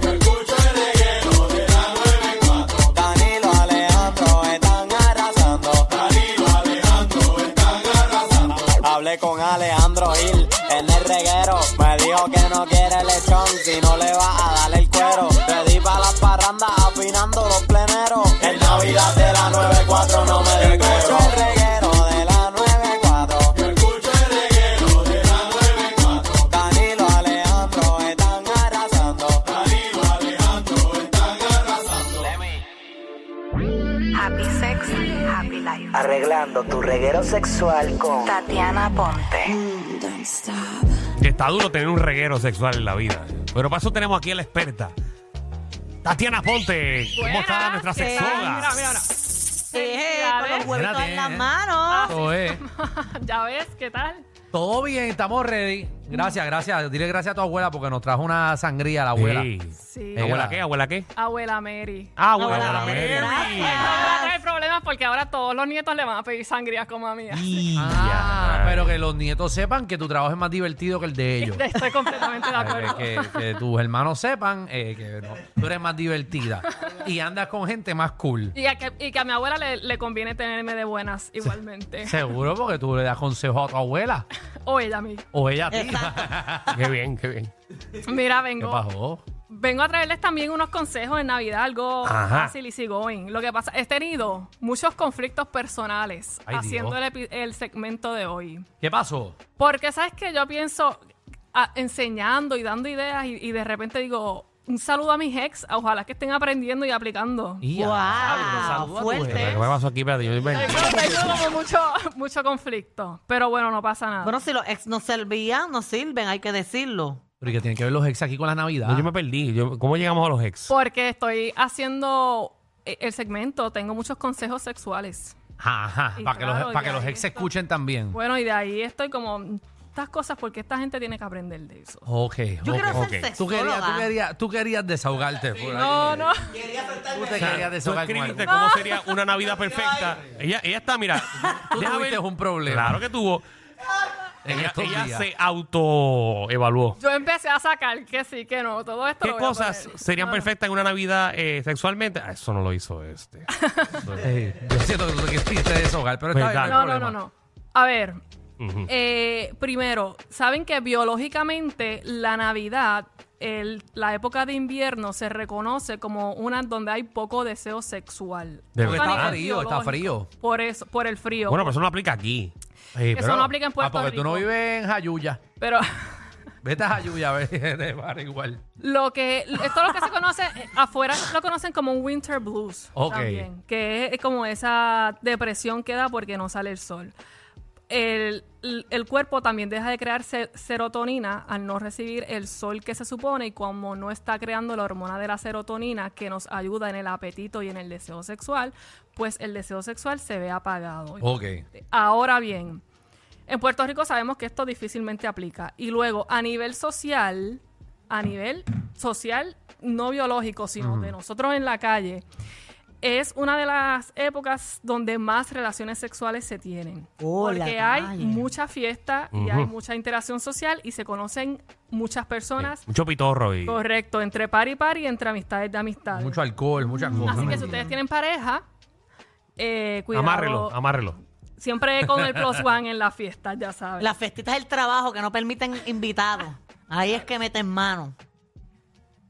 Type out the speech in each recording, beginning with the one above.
Danilo Alejandro están arrasando. Danilo Alejandro están arrasando. Hablé con Alejandro Gil en el reguero. Me dijo que no quiere lechón si no le va a dar el cuero. Te di para las parrandas afinando los pleneros. En Navidad de la 94 no me descuero. el reguero de la 94. Yo escucho el reguero de la 94. Danilo Alejandro están arrasando. Danilo Alejandro están arrasando. Happy Sex, Happy Life. Arreglando tu reguero sexual con Tatiana Ponte. Que está duro tener un reguero sexual en la vida. Pero para eso tenemos aquí a la experta. Tatiana Ponte, ¿cómo está nuestra sexóloga? Mira, mira, mira. Eh, ya con ves. los huevitos Espérate. en las manos. Todo, eh. ya ves, ¿qué tal? Todo bien, estamos ready. Gracias, gracias. Dile gracias a tu abuela porque nos trajo una sangría la abuela. Sí. Sí. Eh, ¿Abuela qué? ¿Abuela qué? Abuela Mary. Ah, Abuela Mary. Ah, Ahora trae problemas porque ahora todos los nietos le van a pedir sangrías como a mí. Y Ah, ya. pero que los nietos sepan que tu trabajo es más divertido que el de ellos. Eh, Estoy completamente de acuerdo. Que, que tus hermanos sepan eh, que no, tú eres más divertida y andas con gente más cool. Y, a que, y que a mi abuela le, le conviene tenerme de buenas igualmente. Seguro porque tú le das consejos a tu abuela O ella a mí. o ella a ti. Qué bien, qué bien. Mira, ¿Qué vengo, pasó? vengo a traerles también unos consejos en Navidad, algo Ajá. fácil y easy going. Lo que pasa, he tenido muchos conflictos personales Ay, haciendo Dios. el epi- el segmento de hoy. ¿Qué pasó? Porque sabes que yo pienso a- enseñando y dando ideas y, y de repente digo, un saludo a mis ex, ojalá que estén aprendiendo y aplicando. Y Wow, Pero, ¿Qué fuerte. me pasó aquí? Espérate, yo Tengo, tengo como mucho, mucho conflicto, pero bueno, no pasa nada. Bueno, si los ex no servían, no sirven, hay que decirlo. Pero ¿y que tienen que ver los ex aquí con la Navidad. Yo me perdí. Yo- ¿Cómo llegamos a los ex? Porque estoy haciendo e- el segmento, tengo muchos consejos sexuales. Ajá, Y para que, claro, los, para que ya los ahí ex se está. escuchen también. Bueno, y de ahí estoy como, estas cosas, porque esta gente tiene que aprender de eso. Ok, Yo ok, quiero ok. Tú ser querías, tú, sexóloga. querías, tú querías desahogarte. por ahí. No, no. Tú te querías Tú desahogar con escribiste alguien. cómo sería una Navidad perfecta. Ella, ella está, mira. Tú deja tuviste ver- un problema Claro que tuvo. en Ella, estos ella días. se autoevaluó. Yo empecé a sacar que sí, que no, todo esto. ¿Qué lo voy a cosas poner. serían No, no. perfectas en una Navidad eh, sexualmente? Ah, eso no lo hizo este. Ey, yo siento que tú te quisiste desahogar, pero está bien, Verdad. no hay Pues No, no, no, no. problema. A ver, Ujú. eh, primero, saben que biológicamente la Navidad, el- la época de invierno, se reconoce como una donde hay poco deseo sexual. De Eso a verdad. nivel Está frío, está biológico. frío. Por eso, por el frío. Bueno, pero eso no aplica aquí. Ey, Eso no aplica en Puerto Ah, porque tú no Rico. vives en Jayuya. Pero Vete a Jayuya, a ver, te para igual. lo que esto lo que se conoce eh, afuera lo conocen como un winter blues Ok. también, que es como esa depresión que da porque no sale el sol. El, el cuerpo también deja de crear se- serotonina al no recibir el sol que se supone y como no está creando la hormona de la serotonina que nos ayuda en el apetito y en el deseo sexual, pues el deseo sexual se ve apagado. Ok. Este, Ahora bien, en Puerto Rico sabemos que esto difícilmente aplica. Y luego, a nivel social, a nivel social, no biológico, sino de nosotros en la calle, es una de las épocas donde más relaciones sexuales se tienen. Oh, la porque hay calle. mucha fiesta y Ujú. hay mucha interacción social y se conocen muchas personas. Mucho pitorro y. Correcto, entre par y par y entre amistades de amistades. Mucho alcohol, muchas cosas. Así que si ustedes tienen pareja, eh, cuidado. Amárrelo, amárrelo. Siempre con el plus one en las fiestas, ya sabes. Las festitas del trabajo que no permiten invitados. Ahí es que meten mano.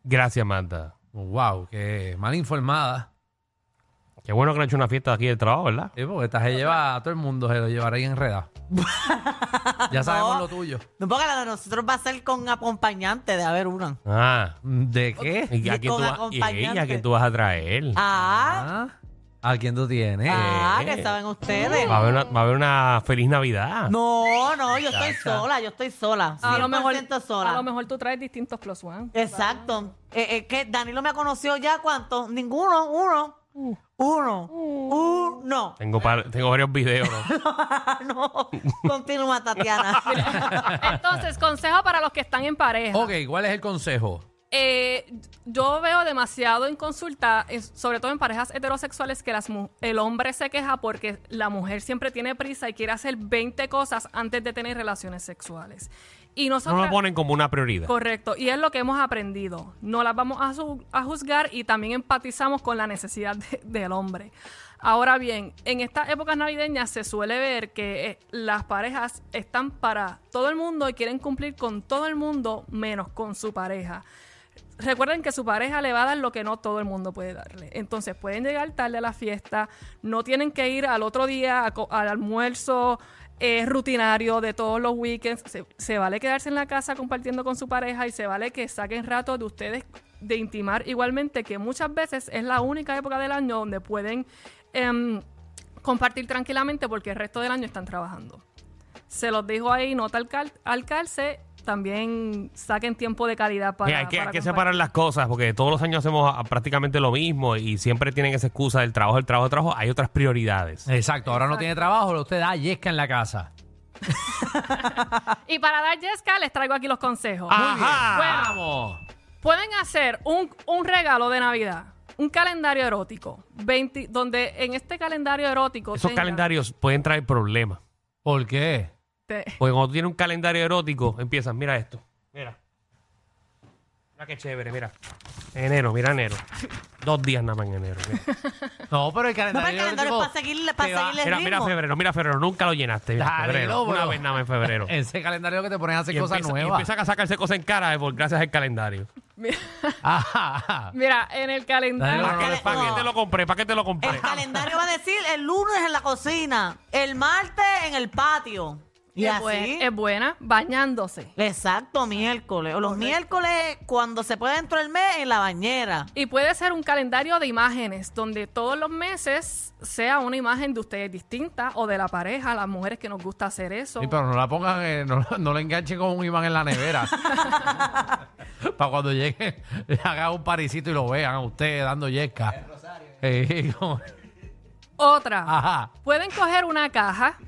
Gracias, Marta. Wow, que mal informada. Qué bueno que no he hecho una fiesta aquí del trabajo, ¿verdad? Eh, porque esta se lleva a todo el mundo, se lo llevará ahí enredado. ya sabemos lo tuyo. No, porque la de nosotros va a ser con acompañante de haber una. Ah. ¿De qué? ¿Y a Y quién tú con vas, y acompañante. ella, ¿a quién tú vas a traer? Ah, Ah, ¿A quién tú tienes? eh. ah, que saben ustedes. Va a haber una, va a haber una feliz Navidad. No, no, yo estoy sola, yo estoy sola. a, lo mejor, 100% a lo sola. mejor tú traes distintos plus one. Exacto. Eh, Es Uh. que Danilo me conoció ya cuánto? Ninguno, uno. Uno. Uno. no, no. Tengo, par- tengo varios videos. ¿no? no. Continúa, Tatiana. Entonces, consejo para los que están en pareja. Ok, ¿cuál es el consejo? Eh, yo veo demasiado en consulta, en- sobre todo en parejas heterosexuales, que las mu- el hombre se queja porque la mujer siempre tiene prisa y quiere hacer 20 cosas antes de tener relaciones sexuales. Y No nosotros... lo ponen como una prioridad. Correcto, y es lo que hemos aprendido. No las vamos a, su- a juzgar y también empatizamos con la necesidad de- del hombre. Ahora bien, en estas épocas navideñas se suele ver que eh, las parejas están para todo el mundo y quieren cumplir con todo el mundo menos con su pareja. Recuerden que su pareja le va a dar lo que no todo el mundo puede darle. Entonces pueden llegar tarde a la fiesta, no tienen que ir al otro día a co- al almuerzo eh, rutinario de todos los weekends. Se, se vale quedarse en la casa compartiendo con su pareja y se vale que saquen rato de ustedes de intimar igualmente, que muchas veces es la única época del año donde pueden em, compartir tranquilamente porque el resto del año están trabajando. Se los dejo ahí, nota al, cal- al calce. También saquen tiempo de calidad para. Mira, hay que, para hay que compartir. separar las cosas porque todos los años hacemos ah, prácticamente lo mismo y siempre tienen esa excusa del trabajo, el trabajo, el trabajo. Hay otras prioridades. Exacto, ahora no tiene trabajo, lo usted da yesca en la casa. Y para dar yesca, les traigo aquí los consejos. Ah. ¡Ajá! ¡Vamos! Pueden hacer un, un regalo de Navidad, un calendario erótico, 20 donde en este calendario erótico. Esos tengan- calendarios pueden traer problemas. ¿Por qué? te- Porque cuando tú tienes un calendario erótico, empiezas, mira esto, mira. Mira qué chévere, mira. Enero, mira enero. Dos días nada más en enero. Mira, No, pero el calendario. No, para el calendario tipo, es para seguirle, para te va- seguirle el mira, ritmo. mira febrero, mira febrero. Nunca lo llenaste. mira, Dale, febrero. no, Una pero- vez nada más en febrero. Ese calendario que te ponen a hacer Y cosas empieza- y nuevas. empiezan a sacarse cosas en cara eh, por gracias al calendario. Ajá, ajá. Mira, en el calendario. Dale, ¿Para, no, qué, no, Ah, para no. qué te lo compré? ¿Para qué te lo compré? El calendario va a decir el lunes en la cocina, el martes en el patio. Y es, así. buena, es buena, bañándose. Exacto, miércoles. O los miércoles, cuando se puede dentro del mes, en la bañera. Y puede ser un calendario de imágenes, donde todos los meses sea una imagen de ustedes distinta o de la pareja, las mujeres que nos gusta hacer eso. Sí, pero no la pongan, eh, no, no la enganchen con un imán en la nevera. Para cuando llegue, le haga un parisito y lo vean a usted dando yesca. Eh, como- Otra. Ajá. Pueden coger una caja.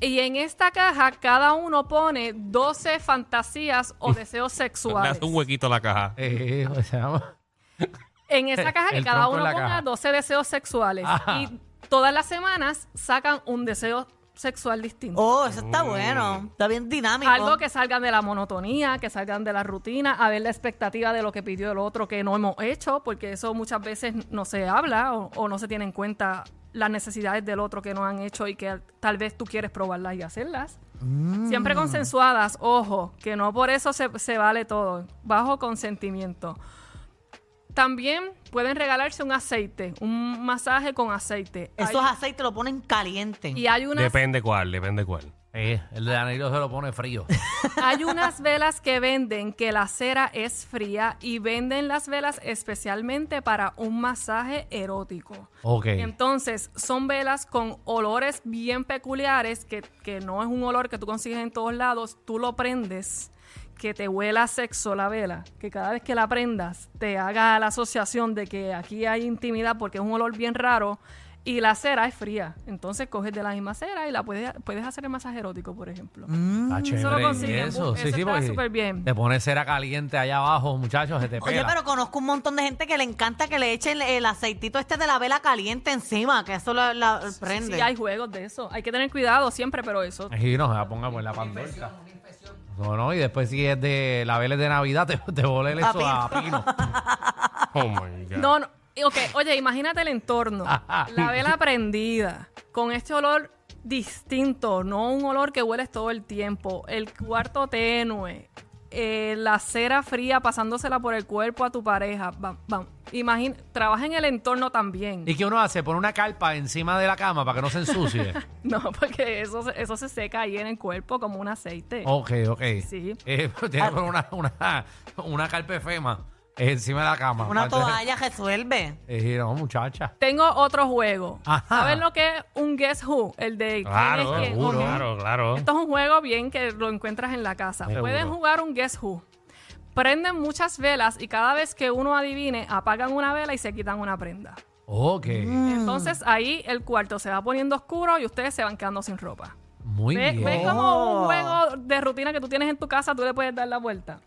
Y en esta caja cada uno pone 12 fantasías o deseos Le sexuales. hace un huequito a la caja. Eh, ¿cómo se llama? En esa caja que El cada tronco en uno la ponga caja. 12 deseos sexuales. Ajá. Y todas las semanas sacan un deseo sexual distinto. Oh, eso está bueno. Está bien dinámico. Algo que salgan de la monotonía, que salgan de la rutina, a ver la expectativa de lo que pidió el otro que no hemos hecho, porque eso muchas veces no se habla o, o no se tiene en cuenta las necesidades del otro que no han hecho y que tal vez tú quieres probarlas y hacerlas. Siempre consensuadas, ojo, que no por eso se, se vale todo, bajo consentimiento. También pueden regalarse un aceite, un masaje con aceite. Esos Hay- aceites lo ponen caliente. y hay unas Depende cuál, depende cuál. Eh, el de Danilo se lo pone frío. Hay unas velas que venden que la cera es fría y venden las velas especialmente para un masaje erótico. Ok. Entonces, son velas con olores bien peculiares que, que no es un olor que tú consigues en todos lados. Tú lo prendes, que te huela a sexo la vela, que cada vez que la prendas te haga la asociación de que aquí hay intimidad porque es un olor bien raro. Y la cera es fría. Entonces coges de la misma cera y la puedes, puedes hacer el masaje erótico, por ejemplo. Mm. Está Ah, chévere consiguen, bu- eso está porque súper bien. Te pone cera caliente allá abajo, muchachos, se te pega. Oye, pero conozco un montón de gente que le encanta que le echen el aceitito este de la vela caliente encima, que eso la, la prende. Sí, hay juegos de eso. Hay que tener cuidado siempre, pero eso. Y no, se la ponga por la pandorca. No, no, y después si es de la vela es de Navidad, te, te volé eso a pino. Oh my God. No, no. Y, ok, oye, imagínate el entorno. La vela prendida, con este olor distinto, no un olor que hueles todo el tiempo. El cuarto tenue, eh, la cera fría pasándosela por el cuerpo a tu pareja. Vam- vam- imagín- trabaja en el entorno también. ¿Y qué uno hace? Pone una carpa encima de la cama para que no se ensucie. No, porque eso, se- eso se seca ahí en el cuerpo como un aceite. ok, ok. Sí. Eh, pero tiene que poner una, una, una carpa efema encima de la cama. Una Para- toalla resuelve. Eh, no, muchacha. Tengo otro juego. Ajá. ¿Saben lo que es un Guess Who? El de quién Claro, es quién. seguro, Ok. claro, claro. Esto es un juego bien que lo encuentras en la casa. Seguro. Pueden jugar un Guess Who. Prenden muchas velas y cada vez que uno adivine, apagan una vela y se quitan una prenda. Ok. Ok. Mm. Entonces ahí el cuarto se va poniendo oscuro y ustedes se van quedando sin ropa. Muy ¿Ves, bien. ves como Oh. un juego de rutina que tú tienes en tu casa, tú le puedes dar la vuelta.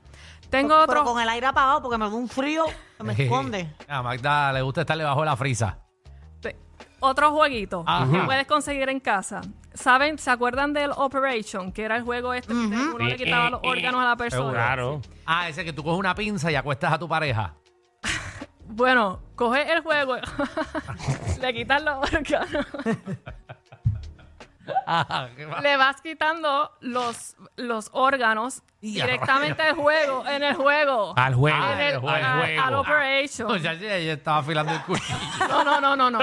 Tengo Pero otro. con el aire apagado porque me da un frío que me esconde. A Magda le gusta estarle bajo la frisa. Te- Otro jueguito Ajá. que puedes conseguir en casa. ¿Saben? ¿Se acuerdan del Operation? Que era el juego este que uno le eh, quitaba los órganos a la persona. Claro. Ah, ese que tú coges una pinza y acuestas a tu pareja. Bueno, coges el juego, le quitas los órganos, Ah, qué va- le vas quitando los, los órganos Ya, directamente al juego, en el juego. Al juego. En el- al juego. Ah, a- Al No, Operation. ya, ya, ya estaba afilando el cuchillo. No, no, no, no, no.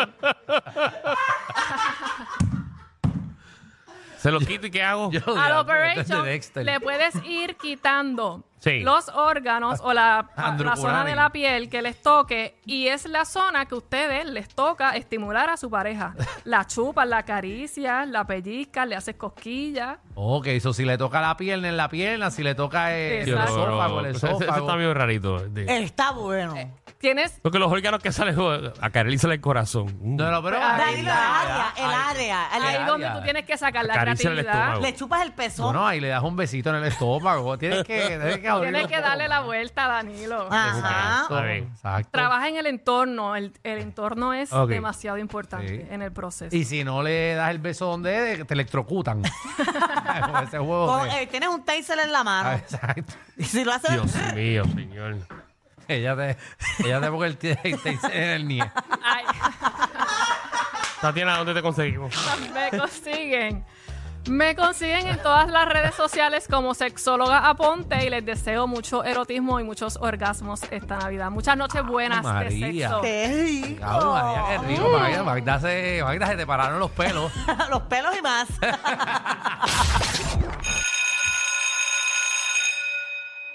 Se lo quito y ¿qué hago? Yo, al diablo, este es operation de Dexter. le puedes ir quitando Sí. los órganos o la, la Androcurani. zona de la piel que les toque y es la zona que ustedes les toca estimular a su pareja. La chupan, la acaricias, la pellizcas, le haces cosquillas. Ok, eso si le toca la pierna en la pierna, si le toca eh, el Yo, Exacto. pero- esófago, el Eso eso esófago. está medio rarito. de- Eh. Está bueno. Tienes Porque los órganos que salen a Carelisa el corazón. Mm. No, no, pero Dani, ahí ah, el le- área, el área. el ahí área. donde tú tienes que sacar la Acaricia el creatividad. estómago. Le chupas el pezón. Bueno, ahí le das un besito en el estómago. Tienes que, tienes que abrirlo Tienes que un darle poco. la vuelta, Danilo. Ah. Ajá. Está Ah, bien. Exacto. Trabaja en el entorno. El, el entorno es Ok. demasiado importante Sí. en el proceso. Y si no le das el beso donde es, te electrocutan. Con ese juego. Con- de- eh, tienes un taser en la Ah, mano. Exacto. Y si lo haces. Dios mío, señor. Ella te, ella te pone el t- el taser en el nie. Ay. Tatiana, ¿dónde te conseguimos? Me consiguen. Me consiguen en todas las redes sociales como sexóloga Aponte y les deseo mucho erotismo y muchos orgasmos esta Navidad. Muchas noches buenas de María. sexo. ¡Qué rico! Cabrón, María, qué rico. María, Magda se, Magda, se te pararon los pelos. Los pelos y más.